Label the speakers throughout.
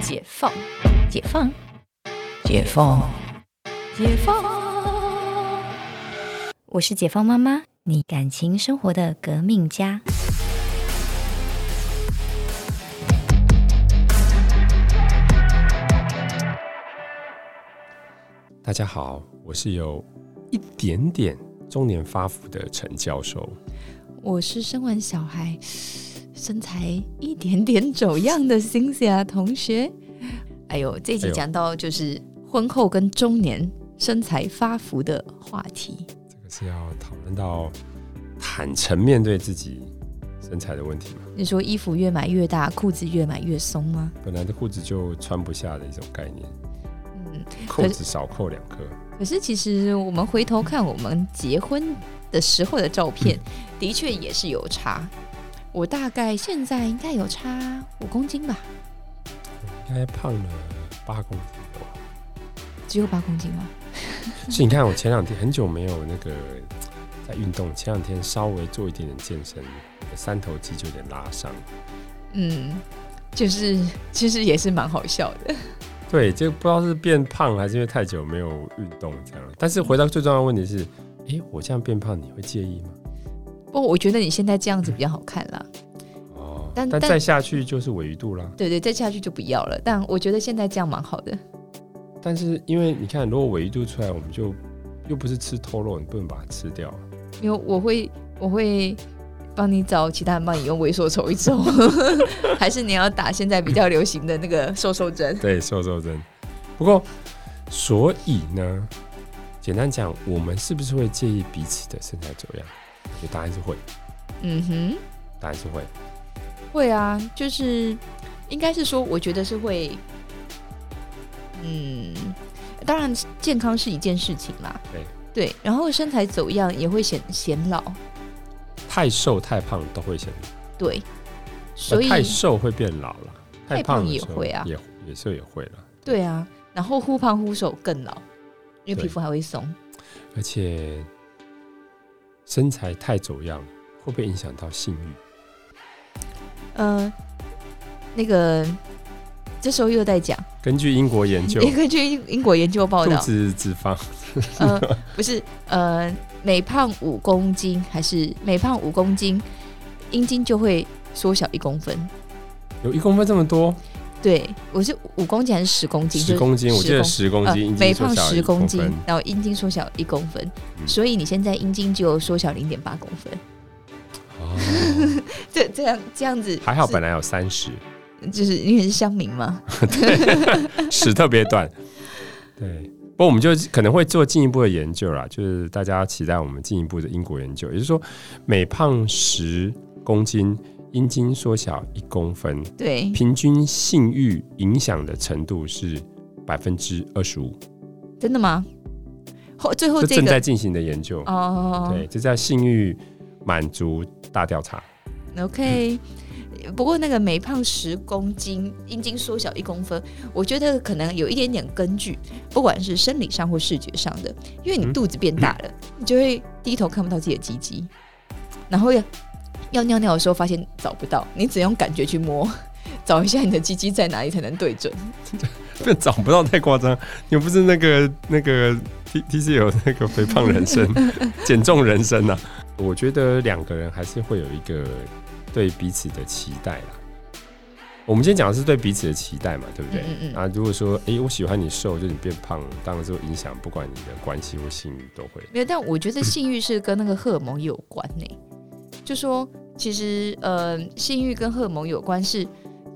Speaker 1: 解放，解放，解放，解放。
Speaker 2: 我是解放妈妈，你感情生活的革命家。
Speaker 3: 大家好，我是有一点点中年发福的陈教授。
Speaker 4: 我是生完小孩，身材一点点走样的辛西亚同学。哎呦，这一
Speaker 3: 哎
Speaker 4: 集
Speaker 3: 呦
Speaker 4: 讲到就是婚后跟中年身材发福的话题。
Speaker 3: 这个是要讨论到坦诚面对自己身材的问题嘛？
Speaker 4: 你说衣服越买越大，裤子越买越松吗？
Speaker 3: 本来的裤子就穿不下的一种概念，
Speaker 4: 嗯，
Speaker 3: 扣子少扣两颗，
Speaker 4: 可是其实我们回头看我们结婚的时候的照片，的确也是有差。我大概现在应该有差五公斤吧，
Speaker 3: 应该胖了八公斤有啊。
Speaker 4: 只有八公斤吗？
Speaker 3: 所以你看，我前两天很久没有那个在运动，前两天稍微做一点点健身，三头肌就有点拉伤。
Speaker 4: 嗯，就是其实也是蛮好笑的。
Speaker 3: 对，这个不知道是变胖还是因为太久没有运动这样。但是回到最重要的问题是，诶，我这样变胖你会介意吗？
Speaker 4: 不，我觉得你现在这样子比较好看啦。
Speaker 3: 哦，
Speaker 4: 但
Speaker 3: 但
Speaker 4: 但
Speaker 3: 再下去就是尾鱼肚啦。
Speaker 4: 对对，再下去就不要了。但我觉得现在这样蛮好的。
Speaker 3: 但是因为你看，如果尾鱼肚出来，我们就又不是吃偷肉，你不能把它吃掉。啊
Speaker 4: 因为我会我会帮你找其他人帮你用微缩抽一 抽，还是你要打现在比较流行的那个瘦瘦针？
Speaker 3: 对，瘦瘦针。不过，所以呢，简单讲，我们是不是会介意彼此的身材走样？我觉得答案是会，
Speaker 4: 嗯哼，
Speaker 3: 答案是会。
Speaker 4: 会啊，就是应该是说，我觉得是会，嗯，当然健康是一件事情啦。
Speaker 3: 对
Speaker 4: 对，然后身材走样也会显显老，
Speaker 3: 太瘦太胖都会显
Speaker 4: 对，
Speaker 3: 老，
Speaker 4: 所
Speaker 3: 呃
Speaker 4: 以
Speaker 3: 太瘦会变老了，
Speaker 4: 太
Speaker 3: 胖
Speaker 4: 胖
Speaker 3: 的
Speaker 4: 也
Speaker 3: 时候
Speaker 4: 会啊
Speaker 3: 也也是也会了。
Speaker 4: 对啊，然后忽胖忽瘦更老，因为
Speaker 3: 对
Speaker 4: 皮肤还会松。
Speaker 3: 而且身材太走样，会不会影响到性欲？
Speaker 4: 嗯，那个这时候又在讲
Speaker 3: 根据英 国研究，
Speaker 4: 一个据英英国研究报
Speaker 3: 肚
Speaker 4: 道，
Speaker 3: 子脂肪
Speaker 4: 呃，不是呃，每胖五公斤还是每胖五公斤，阴茎就会缩小一公分。
Speaker 3: 有一公分这么多，
Speaker 4: 对，我是五公斤还是十公斤？
Speaker 3: 十公斤，
Speaker 4: 就是
Speaker 3: 我记得十公
Speaker 4: 呃
Speaker 3: 斤，已
Speaker 4: 每
Speaker 3: 经
Speaker 4: 胖
Speaker 3: 缩小了
Speaker 4: 十
Speaker 3: 一
Speaker 4: 公
Speaker 3: 公
Speaker 4: 斤
Speaker 3: 分，
Speaker 4: 然后阴茎缩小一公分，
Speaker 3: 嗯
Speaker 4: 所以你现在阴茎就缩小零点八公分。
Speaker 3: 哦，
Speaker 4: 这这样这样子
Speaker 3: 还好
Speaker 4: 是
Speaker 3: 本来有三十，
Speaker 4: 就是因为是乡民嘛，
Speaker 3: 尺特别 短。对，不过我们就可能会做进一步的研究啦，就是大家期待我们进一步的英国研究，也就是说，每胖十公斤，阴茎缩小一公分，
Speaker 4: 对，
Speaker 3: 平均性欲影响的程度是百分之二十五，
Speaker 4: 真的吗？后最后
Speaker 3: 这
Speaker 4: 这
Speaker 3: 正
Speaker 4: 个
Speaker 3: 在进行的研究。
Speaker 4: 哦，
Speaker 3: 对，这叫性欲满足大调查。
Speaker 4: OK，不过那个每胖十公斤，阴茎缩小一公分，我觉得可能有一点点根据，不管是生理上或视觉上的，因为你
Speaker 3: 嗯
Speaker 4: 肚子变大了，你就会低头看不到自己的鸡鸡，然后要要尿尿的时候发现找不到，你只用感觉去摸， 找一下你的鸡鸡在哪里才能对准。
Speaker 3: 这找不到太夸张，你又不是那个那个 T T C 有那个肥胖 人生、减重人生呐、我觉得两个人还是会有一个对彼此的期待啦。我们今天讲的是对彼此的期待嘛，对不对？
Speaker 4: 嗯嗯嗯
Speaker 3: 啊，如果说诶，我喜欢你瘦，就你变胖，当然是会影响不管你的关系或性欲都会。
Speaker 4: 没有，但我觉得性欲是跟那个荷尔蒙有关呢、就说其实呃，性欲跟荷尔蒙有关是，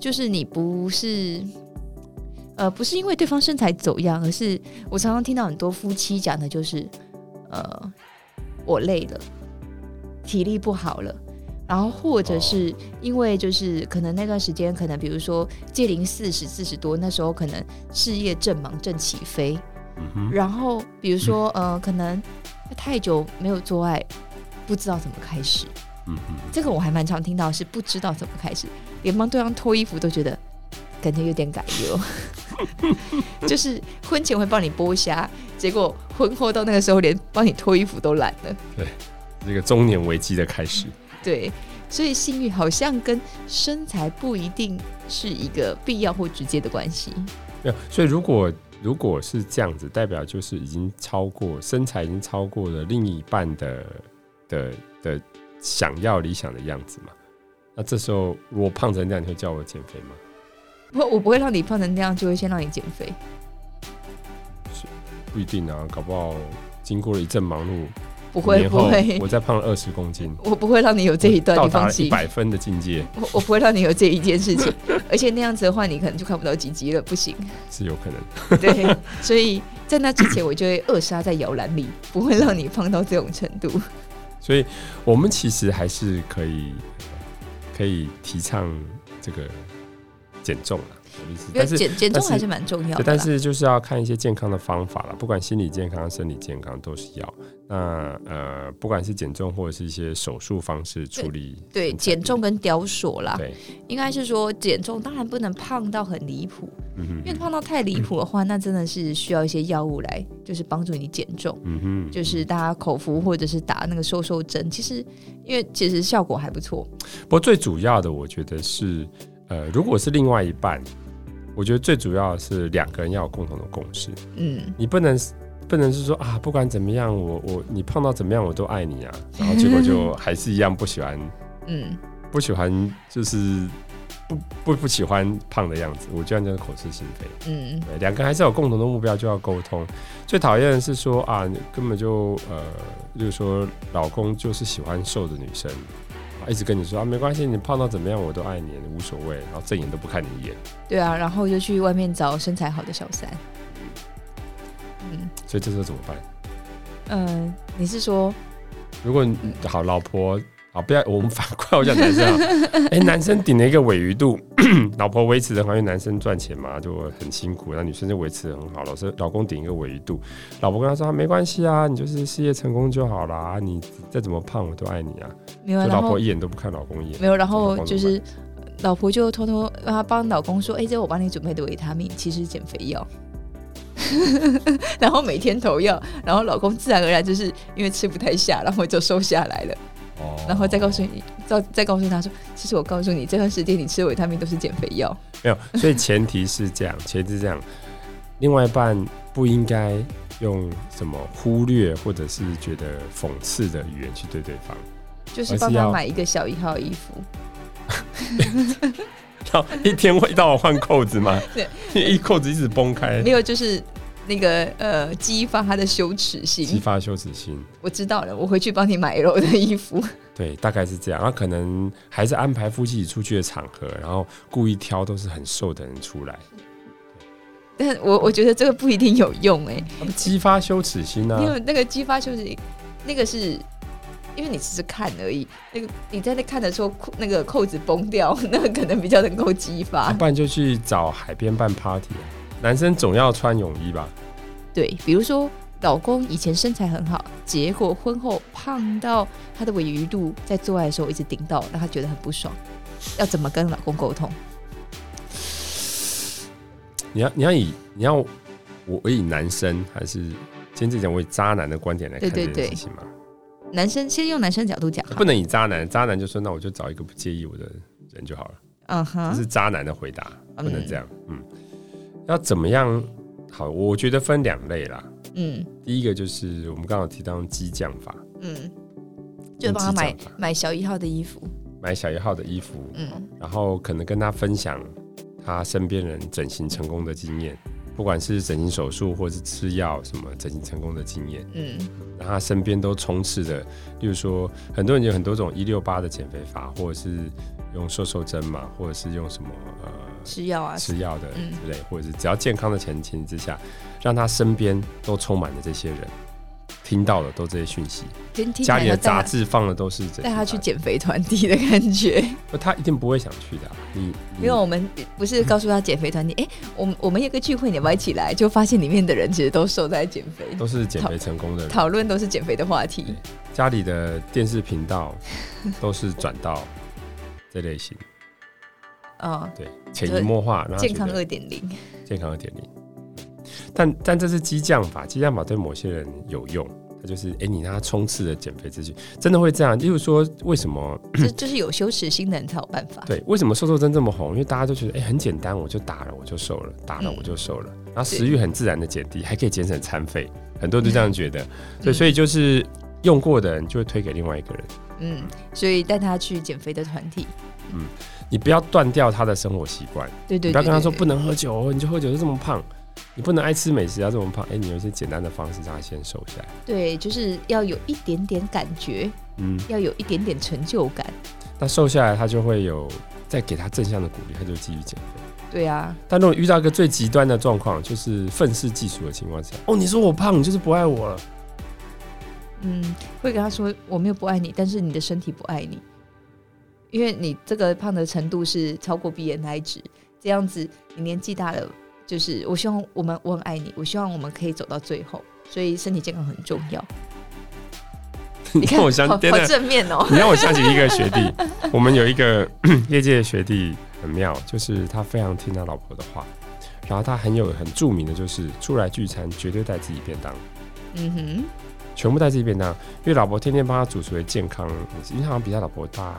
Speaker 4: 就是你不是呃不是因为对方身材走样，而是我常常听到很多夫妻讲的就是呃我累了，体力不好了。然后，或者是因为就是可能那段时间，可能比如说届龄四十、四十多，那时候可能事业正忙正起飞，
Speaker 3: 嗯哼，
Speaker 4: 然后比如说、
Speaker 3: 嗯
Speaker 4: 呃，可能太久没有做爱，不知道怎么开始。
Speaker 3: 嗯哼，
Speaker 4: 这个我还蛮常听到，是不知道怎么开始，连帮对方脱衣服都觉得感觉有点改油， 就是婚前会帮你剥虾，结果婚后到那个时候连帮你脱衣服都懒了。
Speaker 3: 这个中年危机的开始。
Speaker 4: 对，所以性欲好像跟身材不一定是一个必要或直接的关系。
Speaker 3: 没有所以如果如果是这样子，代表就是已经超过身材，已经超过了另一半的的的想要理想的样子嘛。那这时候如果胖成这样，你会叫我减肥吗？
Speaker 4: 不，我不会让你胖成那样，就会先让你减肥。
Speaker 3: 不一定啊，搞不好经过了一阵忙碌，
Speaker 4: 不
Speaker 3: 五
Speaker 4: 会，
Speaker 3: 年
Speaker 4: 不
Speaker 3: 后
Speaker 4: 会
Speaker 3: 我，再胖了二十公斤，
Speaker 4: 我不会让你有 这一段，
Speaker 3: 到
Speaker 4: 你
Speaker 3: 达
Speaker 4: 放
Speaker 3: 了一
Speaker 4: 心。
Speaker 3: 百分的境界
Speaker 4: 我我不会让你有这一件事情，而且那样子的话，你可能就看不到鸡鸡了，不行。
Speaker 3: 是有可能。
Speaker 4: 对，所以在那之前，我就会扼杀在摇篮里，不会让你胖到这种程度。
Speaker 3: 所以我们其实还是可以可以提倡这个减重啊，我的意思
Speaker 4: 因为
Speaker 3: 但是
Speaker 4: 减减重
Speaker 3: 但是
Speaker 4: 还是蛮重要的
Speaker 3: 对
Speaker 4: 啦，
Speaker 3: 但是就是要看一些健康的方法了，不管心理健康、生理健康都是要。那呃，不管是减重或者是一些手术方式处理，
Speaker 4: 对减重，啊跟雕塑啦，
Speaker 3: 对，
Speaker 4: 应该是说减重当然不能胖到很离谱，
Speaker 3: 嗯
Speaker 4: 因为
Speaker 3: 哼，
Speaker 4: 胖到太离谱的话，那真的是需要一些药物来就是帮助你减重。
Speaker 3: 嗯哼，
Speaker 4: 就是大家口服或者是打那个瘦瘦针，其实因为其实效果还不错，
Speaker 3: 不过最主要的，我觉得是，呃，如果是另外一半，我觉得最主要的是两个人要有共同的共识，
Speaker 4: 嗯，
Speaker 3: 你不能不能是说啊，不管怎么样，我我你胖到怎么样，我都爱你啊，然后结果就还是一样不喜欢，
Speaker 4: 嗯，
Speaker 3: 不喜欢就是不不不喜欢胖的样子，我这样就是口是心非。
Speaker 4: 嗯，
Speaker 3: 对，两个人还是有共同的目标，就要沟通。最讨厌的是说啊，你根本就呃，就是说老公就是喜欢瘦的女生，啊一直跟你说啊，没关系，你胖到怎么样我都爱你，无所谓，然后正眼都不看你一眼，
Speaker 4: 对啊，然后就去外面找身材好的小三，嗯
Speaker 3: 所以这时候怎么办？
Speaker 4: 嗯、呃你是说
Speaker 3: 如果你好老婆。好，不要我们反过来，我讲男生 啊，哎、男生顶了一个尾鱼肚， 老婆维持的好，因为男生赚钱嘛，就很辛苦，那女生就维持的很好，老是老公顶一个尾鱼肚，老婆跟他说、啊、没关系啊，你就是事业成功就好啦，啊你再怎么胖我都爱你啊，
Speaker 4: 没有啊？
Speaker 3: 就
Speaker 4: 然
Speaker 3: 老
Speaker 4: 后
Speaker 3: 婆一眼都不看老公一眼，
Speaker 4: 没有，然
Speaker 3: 老
Speaker 4: 后
Speaker 3: 公
Speaker 4: 就
Speaker 3: 怎么
Speaker 4: 是老婆就偷偷让她帮老公说：“哎、这我帮你准备的维他命，其实是减肥药。” 然后每天投药，然后老公自然而然就是因为吃不太下，然后就瘦下来了。
Speaker 3: 哦
Speaker 4: 然后再告诉你，再再告诉他说，其实我告诉你，这段时间你吃的维他命都是减肥药。
Speaker 3: 没有，所以前提是这样，前提是这样，另外一半不应该用什么忽略或者是觉得讽刺的语言去对对方，
Speaker 4: 就是
Speaker 3: 还是
Speaker 4: 帮他
Speaker 3: 要
Speaker 4: 买一个小一号的衣服，
Speaker 3: 然后一天会到我换扣 子吗？
Speaker 4: 对，
Speaker 3: 一扣子一直崩开
Speaker 4: 没，有就是那个呃激发他的羞耻
Speaker 3: 激
Speaker 4: 心。
Speaker 3: 发羞耻心。
Speaker 4: 我知道了，我回去帮你买 L 的衣服。
Speaker 3: 对，大概是这样。然后可能还是安排夫妻一起出去的场合，然后故意挑都是很瘦的人出来，
Speaker 4: 但我我觉得这个不一定有用哎、
Speaker 3: 激发羞耻心
Speaker 4: 因
Speaker 3: 啊。
Speaker 4: 为那个激发羞耻心，那个是。因为你只是看而已，那个你在那看的时候，扣那个扣子崩掉，那个可能比较能够激发。
Speaker 3: 啊不然就去找海边办 party 啊。男生总要穿泳衣吧？
Speaker 4: 对，比如说老公以前身材很好，结果婚后胖到他的尾鱼肚在做爱的时候一直顶到，让他觉得很不爽。要怎么跟老公沟通？
Speaker 3: 你要你要以你要我我以男生还是先这讲，我以渣男的观点来看
Speaker 4: 对
Speaker 3: 这
Speaker 4: 对
Speaker 3: 件
Speaker 4: 对
Speaker 3: 事情嘛，
Speaker 4: 男生先用男生角度讲好，
Speaker 3: 不能以渣男，渣男就说那我就找一个不介意我的人就好了，
Speaker 4: 嗯
Speaker 3: 这
Speaker 4: 哼，
Speaker 3: 是渣男的回答，
Speaker 4: 嗯
Speaker 3: 不能这样，嗯，要怎么样？好，我觉得分两类啦，
Speaker 4: 嗯
Speaker 3: 第一个就是我们刚好提到激将法，
Speaker 4: 嗯，就帮他买
Speaker 3: 激将法
Speaker 4: 买小一号的衣服，
Speaker 3: 买小一号的衣服，
Speaker 4: 嗯
Speaker 3: 然后可能跟他分享他身边人整形成功的经验，不管是整形手术或是吃药什么整形成功的经验，
Speaker 4: 嗯
Speaker 3: 然后他身边都充斥着，例如说很多人有很多种一六八的减肥法，或者是用瘦瘦针嘛，或者是用什么呃
Speaker 4: 吃药啊，
Speaker 3: 吃药的
Speaker 4: 嗯
Speaker 3: 之类，或者是只要健康的前前提之下，让他身边都充满了这些人。听到的都这些讯息，
Speaker 4: 听听起
Speaker 3: 家
Speaker 4: 来
Speaker 3: 里的
Speaker 4: 要带
Speaker 3: 杂
Speaker 4: 他
Speaker 3: 志放的嗯都是整
Speaker 4: 带他去
Speaker 3: 形
Speaker 4: 减肥团体的感觉。
Speaker 3: 法，他一定不会想去的啊、你你
Speaker 4: 因为我们不是告诉他减肥团体，哎、我们我们有个聚会，你要不要一起来？就发现里面的人其实都瘦在减肥，
Speaker 3: 都是减肥成功的人，
Speaker 4: 讨论都是减肥的话题。
Speaker 3: 家里的电视频道都是转到这类型，
Speaker 4: 啊、
Speaker 3: 对，潜移默化，嗯让他
Speaker 4: 健
Speaker 3: 觉
Speaker 4: 康
Speaker 3: 得
Speaker 4: 二点零，
Speaker 3: 健康二点零。但但这是激将法，激将法对某些人有用，但就是哎、诶你让他冲刺的减肥资讯，真的会这样。例如说，为什么
Speaker 4: 这就是有羞耻心的人才有办法。
Speaker 3: 对为什么瘦瘦针这么红？因为大家都觉得哎、诶很简单，我就打了我就瘦了，打了我就瘦了，然后食欲很自然的减低，还可以节省餐费，很多人都这样觉得。对，
Speaker 4: 嗯
Speaker 3: 所以就是用过的人就会推给另外一个人。
Speaker 4: 嗯，所以带他去减肥的团体，
Speaker 3: 你不要断掉他的生活习惯，
Speaker 4: 对对
Speaker 3: 你不要跟他说
Speaker 4: 对
Speaker 3: 不能喝酒哦，你就喝酒就这么胖，你不能爱吃美食要这么胖。哎、你有一些简单的方式让他先瘦下来。
Speaker 4: 对，就是要有一点点感觉，
Speaker 3: 嗯，
Speaker 4: 要有一点点成就感。
Speaker 3: 那瘦下来他就会有再给他正向的鼓励，他就继续减肥。
Speaker 4: 对啊，
Speaker 3: 但如果遇到一个最极端的状况，就是愤世嫉俗的情况下，哦，你说我胖，你就是不爱我了。
Speaker 4: 嗯，会跟他说我没有不爱你，但是你的身体不爱你，因为你这个胖的程度是超过 BMI 值，这样子你年纪大了，就是我希望我们我很爱你，我希望我们可以走到最后，所以身体健康很重 要。
Speaker 3: 你看我想
Speaker 4: 好
Speaker 3: 真
Speaker 4: 好
Speaker 3: 的，
Speaker 4: 正面哦、
Speaker 3: 你让我想起一个学弟，我们有一个 业界的学弟很妙，就是他非常听他老婆的话，然后他很有很著名的就是出来聚餐绝对带自己便当。
Speaker 4: 嗯哼，
Speaker 3: 全部带自己便当，因为老婆天天帮他主厨的健康，因为他好像比他老婆大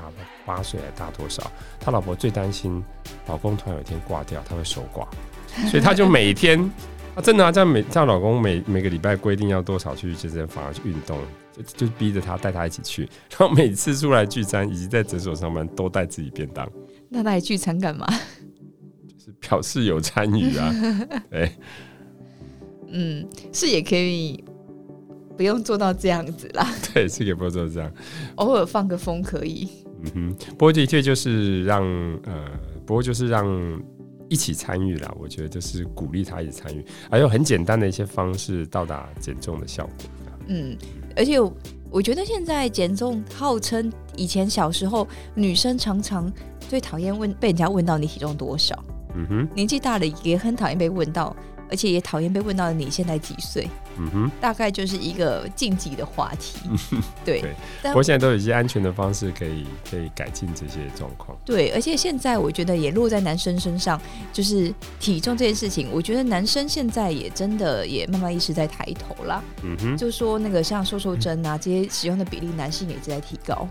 Speaker 3: 八岁还大多少，他老婆最担心老公突然有一天挂掉，他会守寡，所以他就每天， 他真的啊，这样每这样老公每每个礼拜规定要多少去健身房去运动，就就逼着他带他一起去， 然后每次出来聚餐以及在诊所上班都带自己便当，
Speaker 4: 那他还聚餐干嘛？
Speaker 3: 就是表示有参与啊，对，
Speaker 4: 嗯，是也可以不用做到这样子啦，
Speaker 3: 对，这个步骤是这样。
Speaker 4: 偶尔放个风可以。
Speaker 3: 嗯哼，不过的确就是让呃，不过就是让一起参与啦。我觉得就是鼓励他一起参与，还有很简单的一些方式到达减重的效果。
Speaker 4: 嗯，而且我我觉得现在减重号称以前小时候女生常常最讨厌问被人家问到你体重多少，
Speaker 3: 嗯哼，
Speaker 4: 年纪大了也很讨厌被问到，而且也讨厌被问到你现在几岁，
Speaker 3: 嗯哼，
Speaker 4: 大概就是一个禁忌的话题。对
Speaker 3: 对
Speaker 4: 但
Speaker 3: 不过现在都有一些安全的方式可以可以改进这些状况。
Speaker 4: 对，而且现在我觉得也落在男生身上，就是体重这件事情，我觉得男生现在也真的也慢慢意识在抬头啦，
Speaker 3: 嗯哼，
Speaker 4: 就说那个像瘦瘦针啊这些使用的比例，男性也一直在提高。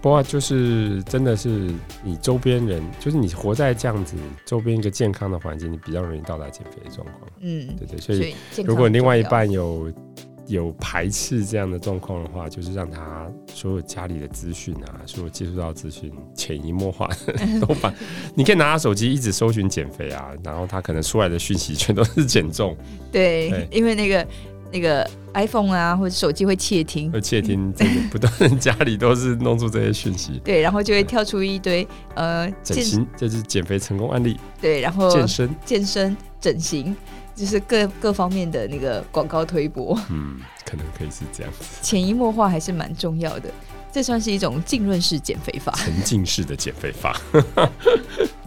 Speaker 3: 不过就是真的是你周边人，就是你活在这样子周边一个健康的环境，你比较容易到达减肥的状况。
Speaker 4: 嗯，
Speaker 3: 对对，
Speaker 4: 所
Speaker 3: 所以
Speaker 4: 以健康
Speaker 3: 如果
Speaker 4: 很
Speaker 3: 另
Speaker 4: 重
Speaker 3: 外一
Speaker 4: 要
Speaker 3: 半有有排斥这样的状况的话，就是让他所有家里的资讯啊，所有接触到的资讯，潜移默化地 都 把，你可以拿他手机一直搜寻减肥啊，然后他可能出来的讯息全都是减重，
Speaker 4: 对，
Speaker 3: 对
Speaker 4: 因为那个那个 iPhone 啊或者手机会窃听，
Speaker 3: 而且听 这个不断家里都是弄出这些讯息。
Speaker 4: 对，然后就会跳出一堆呃
Speaker 3: 整形就是减肥成功案例，
Speaker 4: 对，然后
Speaker 3: 健身，
Speaker 4: 健身整形。就是各各方面的那个广告推播，
Speaker 3: 嗯，可能可以是这样子，
Speaker 4: 潜移默化还是蛮重要的。这算是一种浸润式减肥法，
Speaker 3: 沉浸式的减肥 法，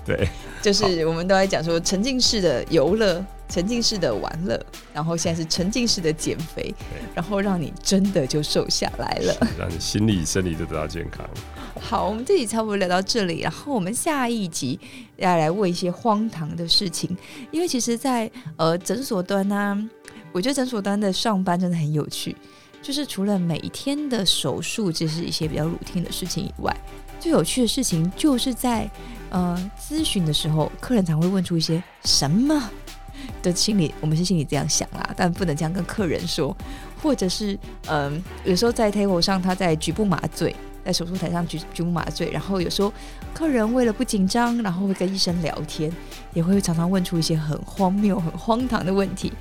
Speaker 3: 对。
Speaker 4: 就是我们都在讲说沉浸式的游乐、沉浸式的玩乐，然后现在是沉浸式的减肥，然后让你真的就瘦下来了。
Speaker 3: 让你心理、生理都得到健康。
Speaker 4: 好，我们这集差不多聊到这里，然后我们下一集要来问一些荒唐的事情，因为其实在，呃诊所端呢、我觉得诊所端的上班真的很有趣，就是除了每天的手术，这是一些比较 routine 的事情以外，最有趣的事情就是在呃咨询的时候，客人常会问出一些什么 的心理，我们是心里这样想啦，但不能这样跟客人说，或者是嗯、有时候在 table 上他在局部麻醉。在手术台上局局部麻醉，然后有时候客人为了不紧张，然后会跟医生聊天，也会常常问出一些很荒谬、很荒唐的问题。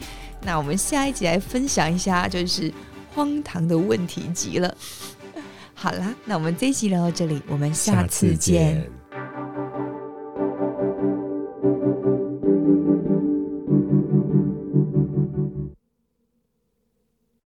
Speaker 4: 那我们下一集来分享一下，就是荒唐的问题集了。好啦，那我们这一集聊到这里，我们下次见。